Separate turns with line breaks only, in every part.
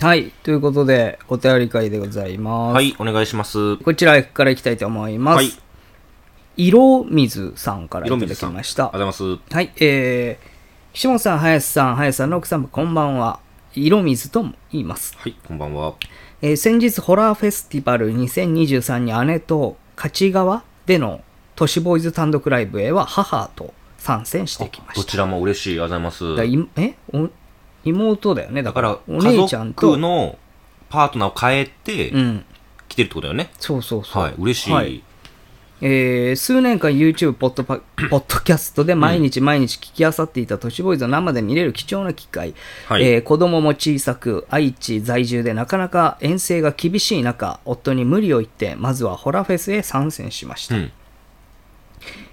はい。ということで、お便り会でございます。
はい、お願いします。
こちらからいきたいと思います。
はい
色水さんからいただき
さん。
ました
あ。りがとうございま
はい、えー、岸本さん、林さん、林さんの奥様、こんばんは。色水とも言います。
す。はい、こんばんは。
えー先日、ホラーフェスティバル2023に姉と勝川での都市ボーイズ単独ライブへは母と参戦してきま
ど
した。
ちらも嬉しい、ありがとうござい
だ
ます。
いえお妹だよね。だ
だ
か、
からら、
お姉ちゃ
家
んと。
族のパートナーを変えて
うん。
来てるってことだよね。
そうそうそう。
はい、嬉し。
はいえー数年間 YouTube ポッドパ ポッドキャストで毎日毎日聞きあさっていた都市ボーイズを生で見れる貴重な機会、
はい
えー子供も小さく愛知在住でなかなか遠征が厳しい中夫に無理を言ってまずはホラフェスへ参戦しまし
う
た、
ん。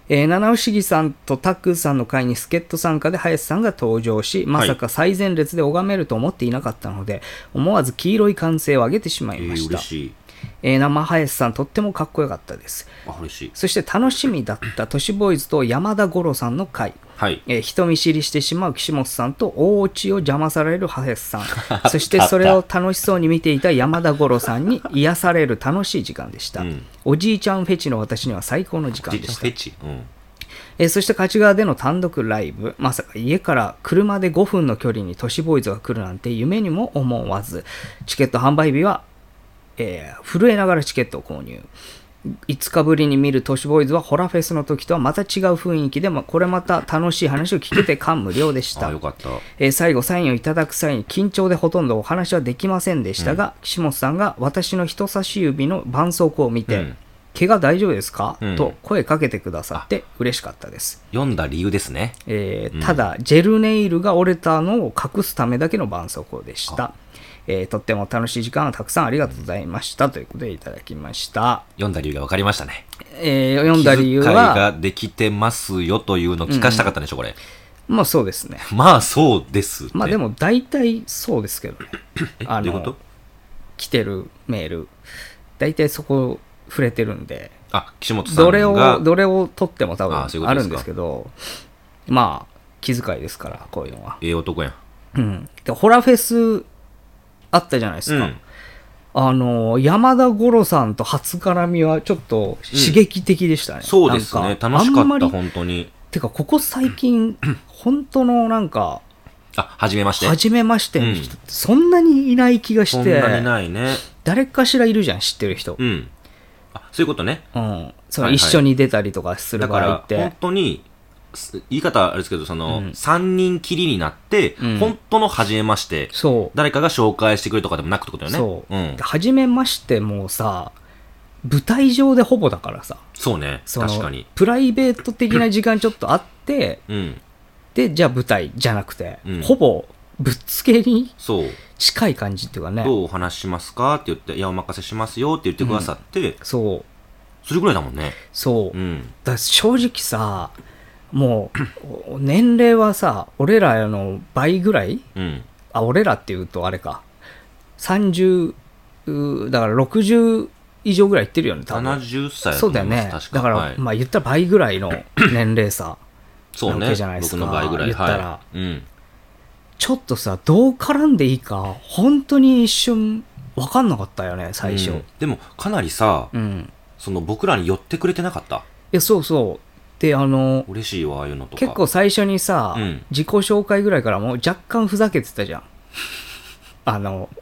えー七不思議さんとタックーさんの会に助っ人参加で林さんが登場しまさか最前列で拝めると思っていなかったので思わず黄色い歓声を上げてしま
え
い
ー
ました、
嬉しい。
えー生林さんとってもかっこよかったです
あ、嬉しい。
そして楽しみだった都市ボーイズと山田五郎さんの会。
はい。
えー人見知りしてしまう岸本さんと大落ちを邪魔される林さん そしてそれを楽しそうに見ていた山田五郎さんに癒される楽しい時間でした、
うん
おじいちゃんフェチの私には最高の時間
ち
で
フ
した
ェチ。うん。
えーそして勝川での単独ライブまさか家から車で5分の距離に都市ボーイズが来るなんて夢にも思わずチケット販売日は、えー震えながらチケットを購入5日ぶりに見る都市ボーイズはホラフェスの時とはまた違う雰囲気でもこれまた楽しい話を聞けて感無量でし
あ、
た
よかった。
えー最後サインをいただく際に緊張でほとんどお話はできませんでしたが、岸本さんが私の人差し指の絆創膏を見て、
うん
怪我大丈夫ですか、
うん
と声かけてくださって嬉しかったです、
読んだ理由ですね。
えーただジェルネイルが折れたのを隠すためだけの絆創膏でした、えーとっても楽しい時間をたくさんありがとうございました、ということでいただきました、
読んだ理由が分かりましたね。
えー読んだ理由
気遣い
は
ができてますよというのを聞かしたかったんでしょ、これ。
まあそうですね
まあ、そうです。
まあで
も、
も大体そうですけどね
え
あ
どう
の
いうこと
来てるメール大体そこ触れてるんで
あ、岸本さんが。
どれをどれを取っても多分
あそういう
あ
こ
る
とです
ん
か
ですけどまあ気遣いですからこういうのは、
ええ男やん。
うん、でホラフェスあったじゃないです
う
か、
ん。
あの山田五郎さんと初絡みはちょっと刺激的でしたね、
そうです
な
ね
ん。
楽しか
あんま
っ
り
た、本当に。
てかここ最近本当のなんか
あ、はじめまして。
初めましての
うん
人ってそんなにいない気が
そ
し
ん
て、
なにないね。
誰かしらいるじゃん知ってる人、
うん。あ、そういうことね。
うん、そ
は
の
いはい
一緒に出たりとかする
だ
場
か
合
ら
っ、て、
本当に、す言い方あれですけど、その、
うん
3人きりになって、
うん
本当の初めまして、
そう、
誰かが紹介してくれるとかでもなくってことよね。
そう、
ん
で。初めましてもうさ舞台上でほぼだからさ
そうね。
その
確かに。
プライベート的な時間ちょっとあって
うん。
でじゃあ舞台じゃなくて、
うん
ほぼぶっつけに
そう。
近い感じっていうかね
どうお話ししますかって言って、いや、お任せしますよって言ってくださって、
そう
それぐらいだもんね。
そう、
う
だか
ん。
ら正直さもう 年齢はさ俺らの倍ぐらい
うん。
あ、俺らっていうとあれか。30、うだから60以上ぐらいいってるよね、多分。
70歳だと
そう
思
だ
い
よ
ます
ね。
確か
だから、
はい
まあ言ったら倍ぐら いの年齢差。
そう
なわけ
ね。
じゃないですか
僕の倍ぐらい。
言ったら
はい。うん。
ちょっとさ、どう絡んでいいか、本当に一瞬分かんなかったよね、最初。う
うんん。でも、かなりさ、その僕らに寄ってくれてなかった。
いや、そうそう。で、あの、
嬉しいわ、ああいうのとか。
結構最初にさ、
うん
自己紹介ぐらいからもう若干ふざけてたじゃん。あの、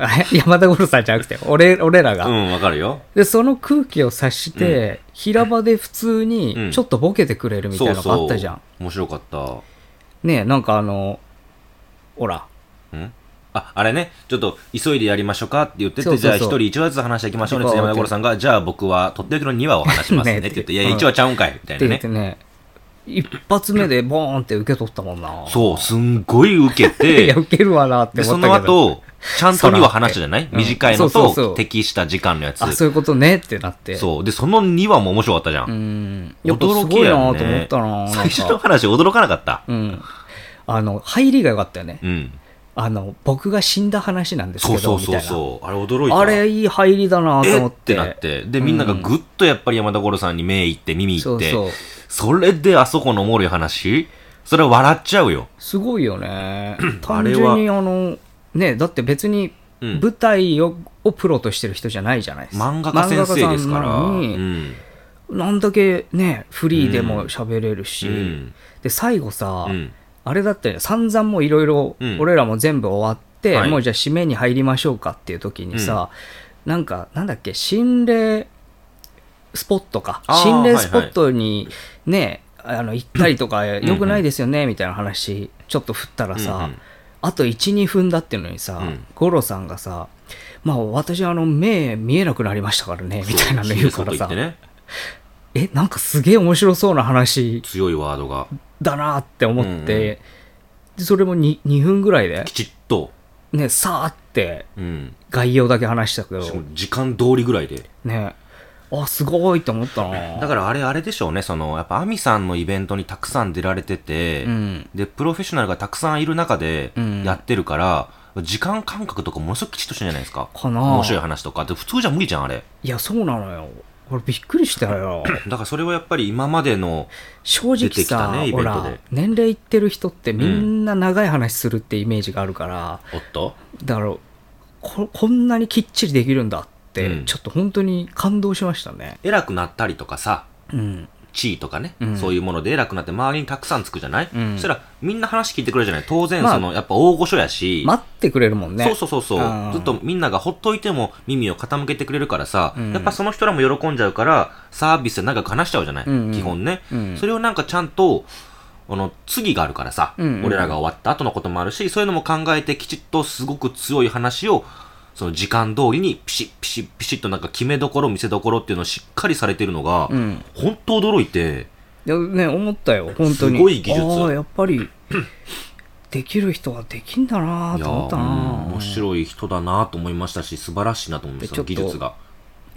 あれ山田五郎さんじゃなくて、俺俺らが。
うん、わかるよ。
で、その空気を察して、平場で普通
う
に
ん
ちょっとボケてくれるみたいなのがあったじゃん。
そうそう面白かっ
ねえ、なんかあの、ほら、
た。んあ、あれね、ちょっと急いでやりましょうかって言ってて、
そうそうそう
じゃあ一人一話ずつ話していきましょうね
と
って
か
山田五郎さんが、じゃあ僕はとっておきの2話を話します
ね
ねって言って、
うん
いやいや、1話ちゃうんかいみた
っ
い
て
な
言って
ね。
ね、一発目でボーンって受け取ったもんな。
そう、すんごい受け
いや、
て、
受けるわなって
で、
思
そ
ったけど。
の、後、ちゃんと2話話したじゃない
うん
短いの
そうそうそう
と適した時間のやつ
あ、。そういうことねってなって。う。
そう。で、その2話も面白かったじゃ。
うんん。やっぱす
驚き
ごい
や
な
よ
と思
ね
ったな。なん
最
か
初の話驚かなかった。
うん。あの、入りが良かったよね。
うん。
あの、僕が死んだ話なんですけ
そ
ど、
うそう
みた
そう
いな。
そう。あれ驚いた。
あれ、いい入りだなと
え
思
っ
ってて。
なって。で、みんながぐっとやっぱり山田五郎さんに目いって、耳いって。
そうそう。
それであそこのおもろい話それは笑っちゃうよ。
すごいよね
あ
単
れは
純にあのねだって別に
うん
舞台を,、をプロとしてる人じゃないじゃないですか
漫画家先生です
漫
か
画家
ら。
さんなの
う
に、
ん。
なんだけねフリーでも喋れるし、
うん
で最後さ、
うん
あれだったよね散々もういろいろ
うん
俺らも全部終わって、
はい
もうじゃあ締めに入りましょうかっていう時にさ、なんかなんだっけ心霊スポットか
あー
心霊スポットにね、あの行ったりとかよくないですよねみたいな話ちょっと振ったらさ、
うんうん
あと12分だっていうのにさ、
うん
五郎さんがさまあ私あの目見えなくなりましたからねみたいなの言うから
そう
さ、
言ってね
えなんかすげえ面白そうな話
強いワードが
だなって思って、
うんうん
でそれも 2, 2分ぐらいで
き、ちっと、
ね、さーって
うん、
概要だけ話したけど
し、かも時間通りぐらいで
ね、あ、すごいと思ったな。
だからあれあれでしょうねそのやっぱアミさんのイベントにたくさん出られてて、
うん、
でプロフェッショナルがたくさんいる中で
うん
やってるから、時間感覚とかものすごくきちっとしてるじゃないですか
かな
面白い話とかで普通じゃ無理じゃんあれ
いや、そうなのよ。俺びっくりした よ。
だからそれはやっぱり今までの
正直さ、
出てきたねイ
ほ
ベントで
ら、年齢いってる人ってみんな長い話するってイメージがあるから、
おっと
だからこ、こんなにきっちりできるんだって、
うん
ちょっと本当に感動しましたね。
偉くなったりとかさ
うん。
地位とかね、
うん
そういうもので偉くなって周りにたくさんつくじゃない、
うん
そしたらみんな話聞いてくれるじゃない当然
まあ
その、やっぱ大御所やし、
待ってくれるもんね。
そうそうそうそう
うん
ずっとみんながほっといても耳を傾けてくれるからさ、
うん
やっぱその人らも喜んじゃうからサービスで長く話しちゃうじゃない、
うんうん
基本ね、
うん
それをなんかちゃんとあの次があるからさ、
うんうん
俺らが終わった後のこともあるしそういうのも考えてきちっとすごく強い話をその時間通りにピシッピシッピシッとなんか決めどころ見せどころっていうのをしっかりされてるのが、
うん
本当驚いて
いやね、思ったよ、本当に。
すごい技術
ああ、やっぱり、 できる人はできんだない
や
と思ったな
ーうん面白い人だなと思いましたし素晴らしいなと思いまし
でちょ
た
っと
技術が。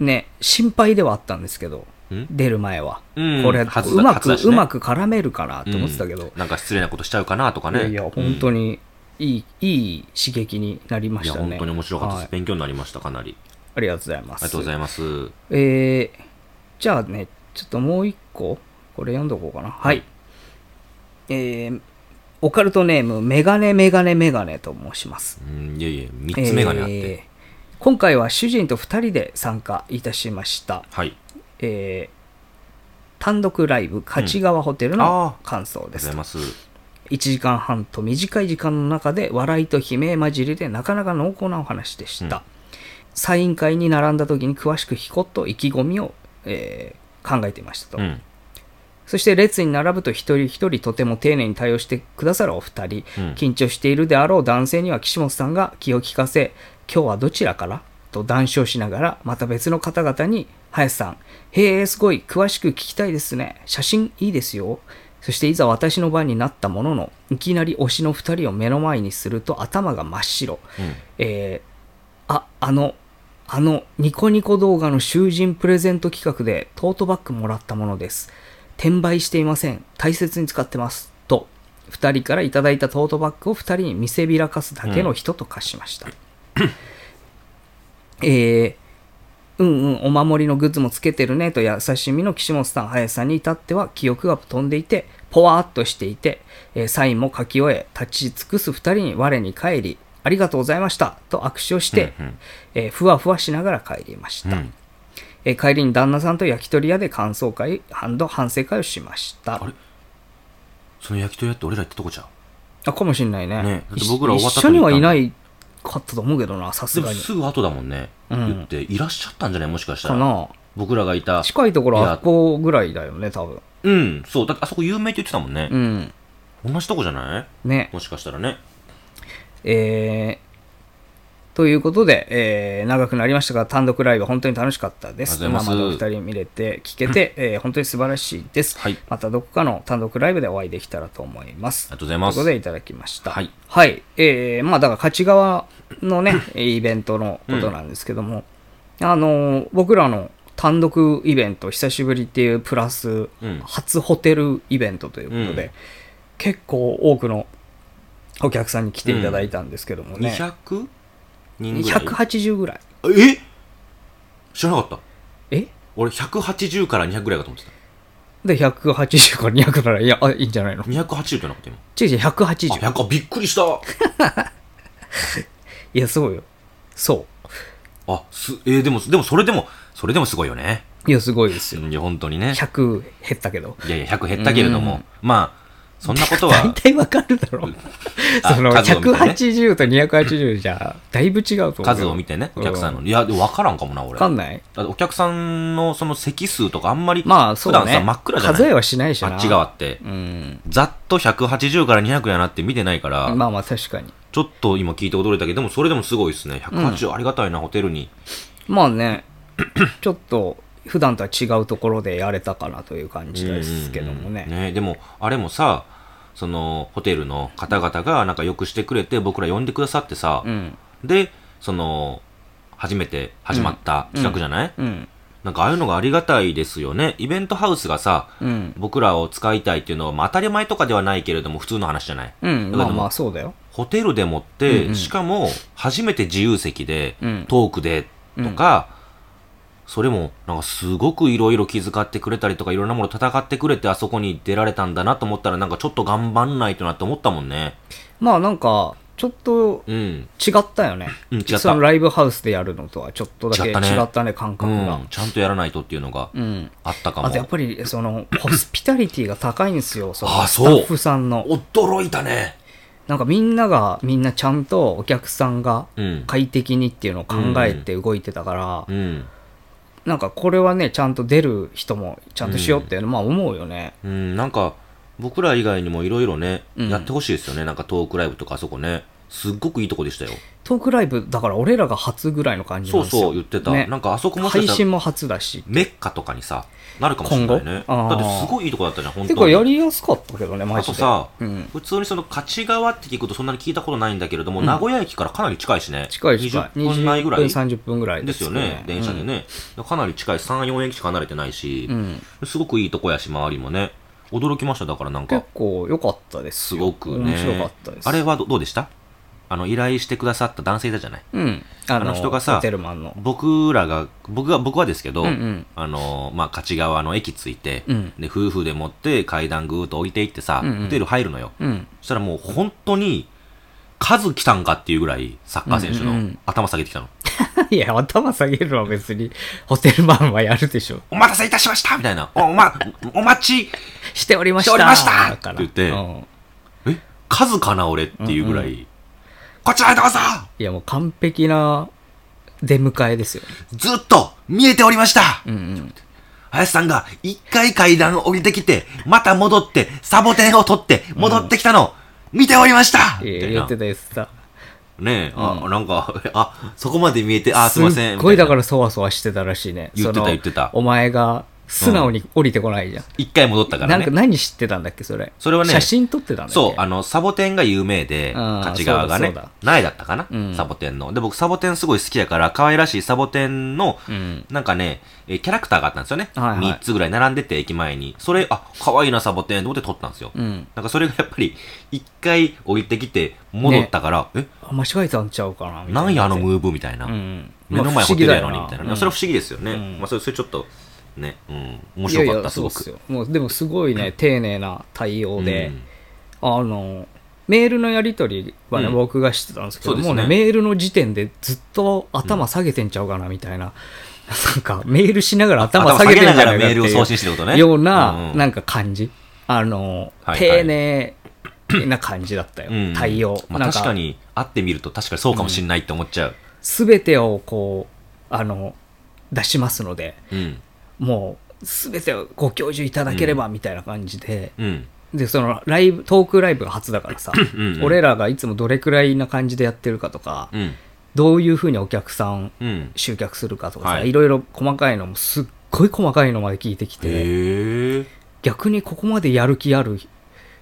ね、心配ではあったんですけど、
ん
出る前は。
うん
これ、う
はずだ
ま
は
く、
ずだし
う
ね
まく絡めるかなって思ってたけど
うん、なんか失礼なことしちゃうかなとか
い
ね
やいや、本当にいい、いい刺激になりま
い
し
や
たね。
本当に面白かったです、
はい
勉強になりましたかなり
ありがとうございま
あ
す。
りがとうございます
えーじゃあね、ちょっともう一個、これ読んどこうかな。はい。えーオカルトネーム、メガネメガネメガネと申します。
うんいやいや3つ目がねあって、
えー今回は主人と2人で参加いたしました、
はい
えー単独ライブ勝川ホテル
うん
の
あー
感想
ありがとうご
です、
ざいます
1時間半と短い時間の中で笑いと悲鳴混じりでなかなか濃厚なお話でした、
うん
サイン会に並んだ時に詳しくひこっと意気込みを、えー考えていましたと、
うん
そして列に並ぶと一人一人とても丁寧に対応してくださるお二人、
うん
緊張しているであろう男性には岸本さんが気を利かせ今日はどちらからと談笑しながらまた別の方々に林さんへえすごい詳しく聞きたいですね写真いいですよそしていざ私の番になったもののいきなり推しの二人を目の前にすると頭が真っ白、
うん
えーあ、あの、あの、ニコニコ動画の囚人プレゼント企画でトートバッグもらったものです。転売していません。大切に使ってます。と、2人からいただいたトートバッグを2人に見せびらかすだけの人と化しました。えーうんうん、お守りのグッズもつけてるねと優しみの岸本さん、林さんに至っては記憶が飛んでいて、ぽわーっとしていて、えーサインも書き終え、立ち尽くす2人に我に帰り、ありがとうございましたと握手をして、
うんうん
えーふわふわしながら帰りました、
うん
えー帰りに旦那さんと焼き鳥屋で感想会反省会をしました
あれその焼き鳥屋って俺ら行ったとこじゃん
あかもしんないね
ねだって
一
僕ら終わった
一
後
緒
に
に
行
は
っ
い
たんだ
ないかったと思うけどなさす
でも
がに
すぐ後だもんね、
うん
言っていらっしゃったんじゃないもしかした
からな
僕らがいた
近いところ
い
は
や
あっこぐらいだよね多分
うんそうだってあそこ有名って言ってたもんね
う、ん
同じとこじゃない
ね
もしかしたらね
えーということで、えー長くなりましたが、単独ライブ本当に楽しかったです。
ありがとうござ
生
います
でお二人見れて、聞け て、えー本当に素晴らしいです、
はい
またどこかの単独ライブでお会いできたらと思います。
ありがとうございます
ということでいただきました。
はい。
えーまあだから、勝ち側の ね、イベントのことなんですけども、あのー僕らの単独イベント、久しぶりっていうプラス、
うん
初ホテルイベントということで、
うん
結構多くのお客さんに来ていただいたんですけどもね、
200人ぐらい
280ぐらい
え知らなかった
え
俺180から200ぐらいかと思ってた
で180から200ならいやあいいんじゃないの
280ってなかった今
違う違う180
あ100あびっくりした
いや、そうよ。そ
あ、す、えーでも、でもそれでも、それでもすごいよね。
う。いや、すごいですよ。
いや、本当にね。
100減ったけど。
いやいや、100減ったけれど
う
も、まあ、そんなこ と
大
は、
体わかるだろう。
あ
その、
数を見てね
180と280じゃ、だいぶ違うと思うよ。
数を見てね、お客さんの。いや、でも分からんかもな、俺。
わかんない
だってお客さんのその席数とかあんまり、
まあ、そうだ
普段
ね。
さ、真っ暗じゃない
数えはしないしな。
あっち側って。
うん。
ざっと180から200やなって見てないから、
まあまあ、確かに。
ちょっと今聞いて驚いたけど、でもそれでもすごいですね。180ありがたいな、ホテルに。
まあね、 ちょっと、普段とは違うところでやれたかなという感じですけどもね。
うんうんうんねでも、あれもさ、その、ホテルの方々がなんかよくしてくれて、僕ら呼んでくださってさ、
うん。
で、その、初めて始まった企画じゃない、
うん。
なんかああいうのがありがたいですよね。イベントハウスがさ、
うん。
僕らを使いたいっていうのは、まあ、当たり前とかではないけれども、普通の話じゃない。
うん。
だ
ま
か
あ
らでも
まあ、そうだよ。
ホテルでもって、
うんうん
しかも、初めて自由席で、
うん
トークで、とか、それも、なんかすごくいろいろ気遣ってくれたりとか、いろんなもの戦ってくれて、あそこに出られたんだなと思ったら、なんかちょっと頑張んないとなって思ったもんね。
まあなんか、ちょっと
うん。
違ったよね。
うん違った
そのライブハウスでやるのとはちょっとだけ違
違
っ
ったた
ね、
ね
感
う
覚が。
ん。ちゃんとやらないとっていうのが
うん
あったかも。
あとやっぱり、その、ホスピタリティが高いんですよ、その
あ
ス
そう
タッフさんの。
驚いたね。
なんかみんなが、みんなちゃんとお客さんが
うん。
快適にっていうのを考えて動いてたから、
うん。
なんかこれはね、ちゃんと出る人もちゃんとしようって、まあ思うよね。
うん、なんか、僕ら以外にもいろいろね、
うん
やってほしいですよね。なんかトークライブとかあそこね。すっごくいいとこでしたよ。
トークライブ、だから俺らが初ぐらいの感じな
そ
ん
う
ですよ。
そう、言ってた。
ね
なんかあそこもしか
配
したら
信も初だし。
メッカとかにさ、なるかもしれないね。
今後あ
だ
ー
ってすごいいいとこだったじゃん、本
結
当
構
に。
やりやすかったけどね、マ
あ
ジで。
とさ、
うん。
普通にその勝ち側って聞くとそんなに聞いたことないんだけれども、名古屋駅からかなり近いしね。
近い近い。
20分ないぐらい。
30分ぐらい
ですよね、電車で。ね。かなり近い、3、4駅しか離れてないし
う、ん。
すごくいいとこやし、周りもね。驚きました、だからなんか
結。構良かったです
す
よ。
ごくね。
面白かったです。
あれはどどうでしたあの、依頼してくださった男性いたじゃない
うん。あ
あの人がさ
ホテルマンの。
僕らが、僕が、僕はですけど、
うんうん
あの、まあ、勝ち側の駅着いて、
うん
で、夫婦で持って階段ぐーっと置いていってさ、
うんうん
ホテル入るのよ。
うん。
そしたらもう本当に、数来たんかっていうぐらい、サッカー選手
うんうんう
の
ん
頭下げてきたの。
いや、頭下げるのは別に、ホテルマンはやるでしょ。
お待たせいたしましたみたいな。お、おま、お待ち
しておりました
しておりました
だから
って言って
うん
え数かな俺っていうぐらい、こちらへどうぞ
いや、もう完璧な出迎えですよ。
ずっと見えておりました、
うんうん。
林さんが一回階段を降りてきて、また戻って、サボテンを取って、戻ってきたの、見ておりました
い
み
や
たい
言
な
って。たやつさ。
ねえ、あ、なんか、 あ、そこまで見えて、あ、すいません。
っごいだ
ら。
からそわそわしてたらしいね。
言って
そ
た
の
言ってた
お前が素直に降りてこないじゃん。
一回戻ったから
なん
ね
か。何知ってたんだっけ、それ。
それはね
写真撮ってたんだっけ
そう、あの、サボテンが有名で、
うん
勝ち側が
そう
ね
だそう、
苗だったかな、
うん
サボテンの。で、僕、サボテンすごい好きだから、可愛らしいサボテンの、
うん。
なんかね、えーキャラクターがあったんですよね。
はいはい
3つぐらい並んでて、駅前に。それ、あ、可愛いな、サボテンと思って撮ったんですよ。
うん。
なんかそれがやっぱり、一回降りてきて、戻ったから、
あ間違えたんちゃうかなみた
え、
いな。
なんやあのムーブみたいな。
うん。
目の前
まあ
ホテルやのに、みたい
不思議
な。
だよ
それは不思議ですよね。
うん
まあ、それ、それちょっと、ね、うん、面白かった、すご
いやいやそうっす
く。
よもうでもすごいね、丁寧な対応で、
うん
あのメールのやり取りはね、
うん
僕がしてたんですけど
そうです
も
ね
うねメールの時点でずっと頭下げてんちゃうかなみたいな、なんかメールしながら頭下げてんじゃないかって
頭下げながらメールを送信してること
い
ね
うような、
うん
なんか感じあの、
はいはい
丁寧な感じだったよ、
うん
対応、
ま
な
あ、
ん
確かに、会ってみると確かにそうかもしんないって思っちゃう。
全てをこうあの出しますので
うん。
もう全てをご教授いただければみたいな感じで、
うん。
でそのライブトークライブが初だからさ
んうん
俺らがいつもどれくらいな感じでやってるかとか、
うん。
どういうふうにお客さん
うん。
集客するかとかさ、
はい
い、ろいろ細かいのもすっごい細かいのまで聞いてきて
へえ。
逆にここまでやる気ある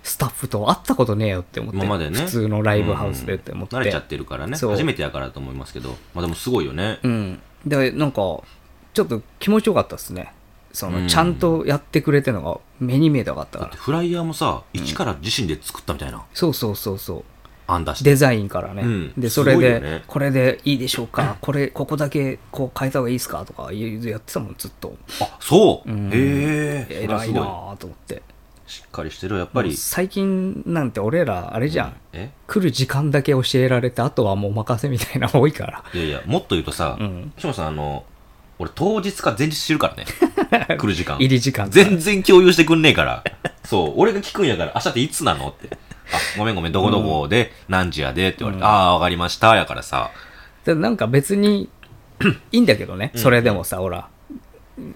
スタッフと会ったことねえよって思って
今までね。
普通のライブハウスでって思って、
うん慣れちゃってるからね。
そう
初めてやからだと思いますけど。まあでもすごいよね。
うん、でなんかちょっと気持ちよかったですねその、
うん
ちゃんとやってくれてるのが目に見えて分かったか
だって
ら
フライヤーもさ、一から自身で作ったみたいな。
そうそうそうそう
案出して。
デザインからね、
うん
でそれ
すごい
で、
よね
これでいいでしょうか、これ、ここだけこう変えた方がいいですかとか言うやってたもん、ずっと、
あ、そう
うん
へえ。
偉
そ
い
れ
な
は
ぁと思って、
すごいしっかりしてるやっぱり
最近なんて俺らあれじゃん、
え
来る時間だけ教えられてあとはもうお任せみたいなの多いから
いやいやもっと言うとさ
うん
岸本さんあの俺当日か前日知るからね 来る時間
入り時間
全然共有してくんねえから。そう、俺が聞くんやから、明日っていつなのって。あ、ごめんごめん、どこどこで、何時やでって言われて、ああ、わかりました、やからさ。
でなんか別に いいんだけどねそれでもさ、ほら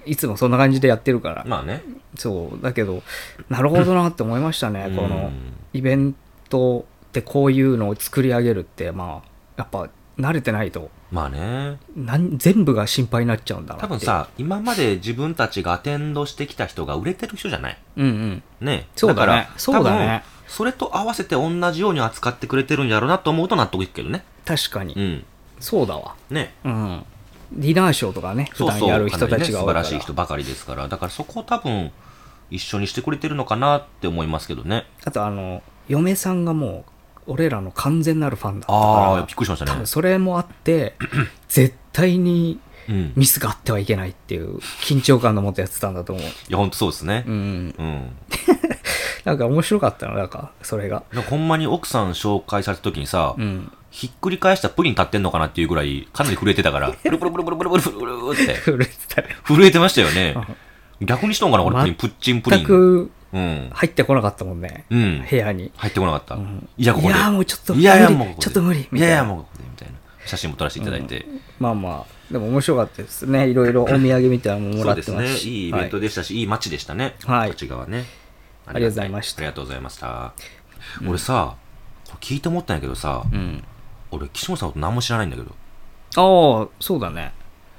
いつもそんな感じでやってるから、
まあね。
そうだけどなるほどなって思いましたね、
うん
このイベントってこういうのを作り上げるってまあやっぱ慣れてないと
まあね。
なん全部が心配になっちゃうんだなって
多分さ、今まで自分たちがアテンドしてきた人が売れてる人じゃない
うんうん
ね。
そうだね
から、
そうだね
多分それと合わせて同じように扱ってくれてるんやろうなと思うと納得いくけどね。
確かに、
うん。
そうだわ
ね。
うんディナーショーとかね普
そう
段
そう。
やる人たちが多
か
いか
な
ら
りね素晴らしい人ばかりですから。だからそこを多分、一緒にしてくれてるのかなって思いますけどね。
あとあの嫁さんがもう俺らの完全なるファンだった
ああ、
か
びっくりしました
ら多
ね
分。それもあって 絶対に
うん。
ミスがあってはいけないっていう緊張感のもとやってたんだと思う
いや、ほんとそうですね
う。ん
うん。
なんか面白かったのなんかそれが
なんかほんまに奥さん紹介された時にさ、
うん
ひっくり返したプリン立ってんのかなっていうぐらい、かなり震えてたから、プルプルプルプルプルプルプルって、
震えてたよ
震えてましたよね。逆にしとんかな、俺、プリン、プッチンプリ
全
ン。
く
うん。
入ってこなかったもんね
うん。
部屋に
入ってこなかった。いや、ここ
い
で。
やもうちょっと
いやいや、
無理
もうここで
ちょっと無理みたいない
やいや、もうここで、みたいな。写真も撮らせていただいて。
まあまあでも面白かったですねいろい ろお土産みたいなのもも
そ
ら
う
っ
で
て
す
ま
ね
す。
いい
し
イ
は
ベントでしたし、いい街でしたね。
はい
立川ね。
ありがとうございました
ありがとうございました。俺さ、これ聞いて思ったんやけどさ、
うん
俺、岸本さんのこと何も知らないんだけど、
ああそうだね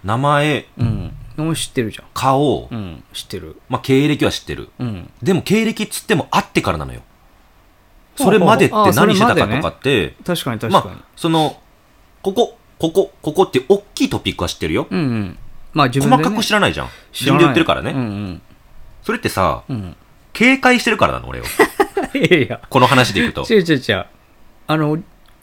名前、
うんもう知ってるじゃん
顔、
うん、知ってる。
まあ、経歴は知ってる。
うん。
でも経歴っつっても会ってからなのよ。それまでって
ああああ
何してた
それ
か
までね
とかって、
確かに確か
ま
に。
あ、その、ここ、ここ、ここって大きいトピックは知ってるよ。
うんうん。まあ自分で、
細
ね、
かく知らないじゃん。
知
自
ら
分
ない
で言ってるから
う
ね。
ん
それってさ、
うん。うん。
警戒してるからなの、俺を。
いやいや、
この話でいくと。
違う違う違う。あの、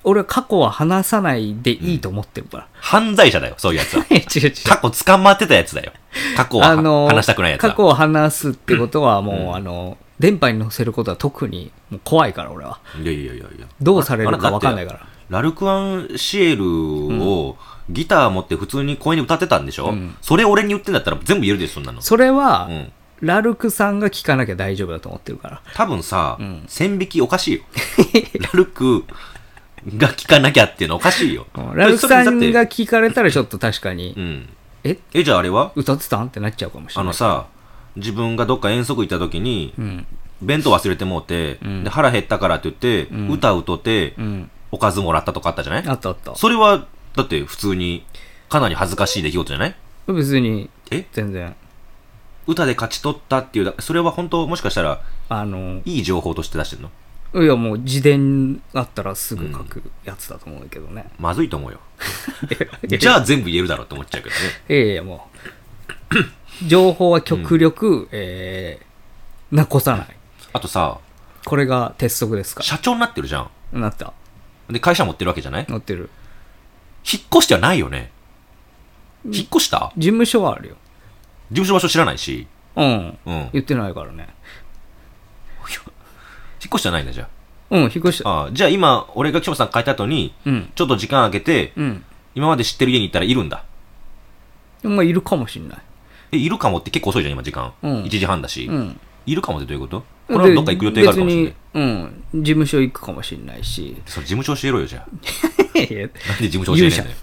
俺は過去は話さないでいいと思ってるから。 。
犯罪者だよ、そういうやつは
違う違う。
過去捕まってたやつだよ。過去は
あの
話したくないやつ
過
だ
去。を話すってことはもう、
うん
あの、電波に乗せることは特にもう怖いから俺は。
いやいやいやいや。
どうされるかわかんないから
あだってラルクアンシエルをギター持って普通に公園で歌ってたんでしょ、
うん
それ俺に言ってんだったら全部言えるでしょ、そんなの。
それは、
うん。
ラルクさんが聞かなきゃ大丈夫だと思ってるから。
多分さ、
うん
線引きおかし いよ。ラルクが聞かなきゃっていうのおかしいよ
うん。ラルクさん
それだ
が
って
聞かれたらちょっと確かに、
うん。
え、
え、じゃああれは
歌ってたんってなっちゃうかもしれ
あ
な
の
い。
さ、自分がどっか遠足行った時に、
うん。
弁当忘れてもうて、
ん
で腹減ったからって言って、
ん
歌うとって、
うん。
おかずもらったとかあったじゃない
あったあった。
それは、だって普通に、かなり恥ずかしい出来事じゃない
別に、
え
全然。
歌で勝ち取ったっていうだ、それは本当、もしかしたら、
あの、
いい情報として出してるの
いやもう自伝あったらすぐ書くやつだと思うけどね。
まずい と思うよ。じゃあ全部言えるだろうって思っちゃうけどね。
いやいやも う。情報は極力、えー、残さない。
あとさ、
これが鉄則ですか
社長になってるじゃん。
ら。なった。
で、会社持ってるわけじゃない
載ってる。
引っ越してはないよね。引っ越した
事務所はあるよ。
事務所場所知らないし。
うん。
うん。引っ
言ってないからね。
越してはないんだ、じゃ
うん、引っ越した。
あ。ああじゃあ今、俺が岸本さん帰った後に、
うん。
ちょっと時間空けて、
うん。
今まで知ってる家に行ったらいるんだ。
まあ、いるかもしんない。
え、いるかもって結構遅いじゃん、今時間。
うん
1時半だし。
うん。
いるかもってどういうことこの後どっか行く予定があるかもしれない。
別にうん。事務所行くかもしんないし。
それ事務所教えろよ、じゃあ。なん
いやいや
で事務所教えないんだよ。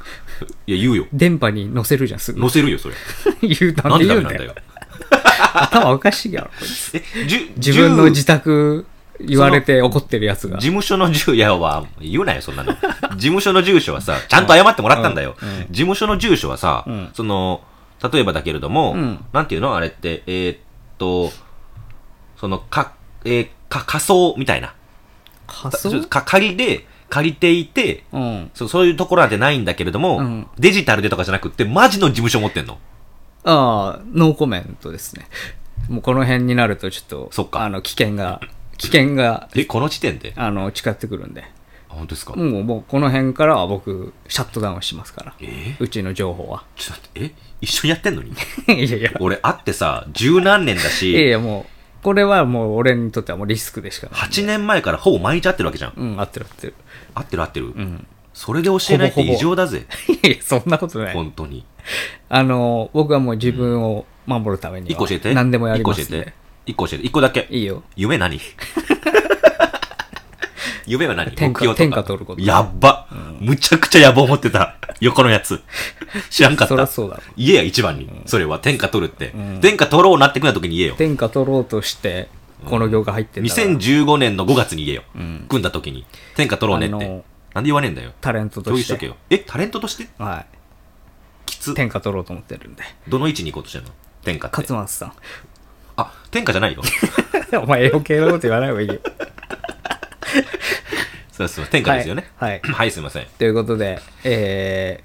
いや、言うよ。
電波に載せるじゃん、すぐ
載。せるよ、それ。
言うな
なんん
て
でダ
言う
メ
ん
なん
だよ
だよ。。
頭おかしいやろ、こいつ
え、じゅ
自分の
じゅ
自宅言われて怒ってるやつが
事。務所の住所は、言うなよ、そんなの。事務所の住所はさ、ちゃんと謝ってもらったんだよ。
うんうん
事務所の住所はさ、
うん
その、例えばだけれども、
うん
なんていうのあれって、えーっと、その、か、えーか、仮想みたいな。
仮想
か借りで、借りていて、
うん。
そそういうところなんてないんだけれども、
うん
デジタルでとかじゃなくって、マジの事務所持ってんの。
ああ、ノーコメントですね。もうこの辺になるとちょっと、
そっか
あの、危険が、危険が、
え、この時点であ
あの、近ってくるんで。
本当ですか、
もう、もうこの辺からは僕、シャットダウンしますから。
えー
うちの情報は。
ちょっと待って、え一緒にやってんのに
いやいや、い
俺、会ってさ、十何年だ
やい
し、
や、もう、これはもう俺にとってはもうリスクでしかない。
8年前からほぼ毎日会ってるわけじゃん。
うん、合ってる合ってる。
合ってる合ってる。それで教えないって
ほぼほぼ
異常だぜ。
いやいや、そんなことない。
本当に。
あの、僕はもう自分を守るために
一
は
個教えて。
何でもやります
一個教えて
ね。。
一個教えて。一個だけ。
いいよ。
夢何夢は何
天下
目標とか
天下取ること
やっば、むちゃくちゃ野望持ってた。横のやつ。知らんかった。
そりゃそうだろ
言えや、一番に。それは、天下取るって。天下取ろうなってくな時に言えよ。
天下取ろうとして、この業界入ってんだから
2015年の5月に言えよ。組んだ時に。天下取ろうねって。
あ
なん
の
で言わねえんだよ。
タレントと
共有
し
しとけ
て、
よ。え、タレントとして
は
きつ
い、。天下取ろうと思ってるんで。
どの位置に行こうとしてんの天下って。
勝松 さ
あ、天下じ ゃないよ。
ん。お前、余計なこと言わない方がいいよ。
そうそう、天下ですよね。
はいはい
はい、すいません。
ということで、えー、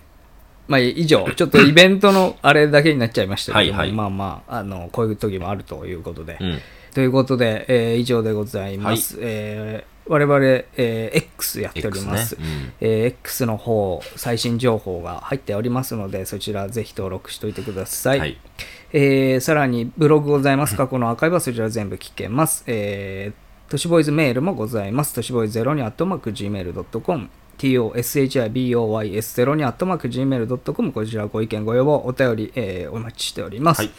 まあ以上、ちょっとイベントのあれだけになっちゃいましたけども、
はいはい
まあまあ、あの、こういう時もあるということで。
うん。
ということで、えー以上でございます。えー我々、えー X やっております。
X ね
えー X の方、最新情報が入っておりますので、そちらぜひ登録しておいてください。
はい
えーさらに、ブログございます。過去のアーカイブはそちら全部聞けます。えー、都市ボーイズメールもございます。都市ボーイズ0にアットマーク Gmail.com。toshiboys0 にアットマーク gmail.com こちらご意見ご要望お便り、えーお待ちしております、
はい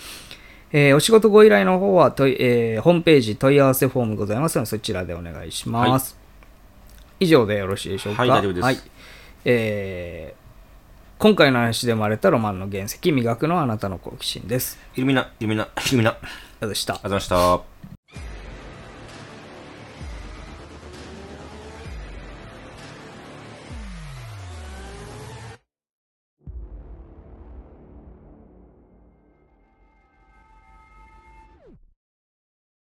えーお仕事ご依頼の方はとい、えーホームページ問い合わせフォームございますのでそちらでお願いします、以上でよろしいでしょうか
はい大丈夫です
えー今回の話で生まれたロマンの原石磨くのはあなたの好奇心です
イルミナ、イルミナ、イルミナ。ありがと
あ
う
りがとうございました
ございました。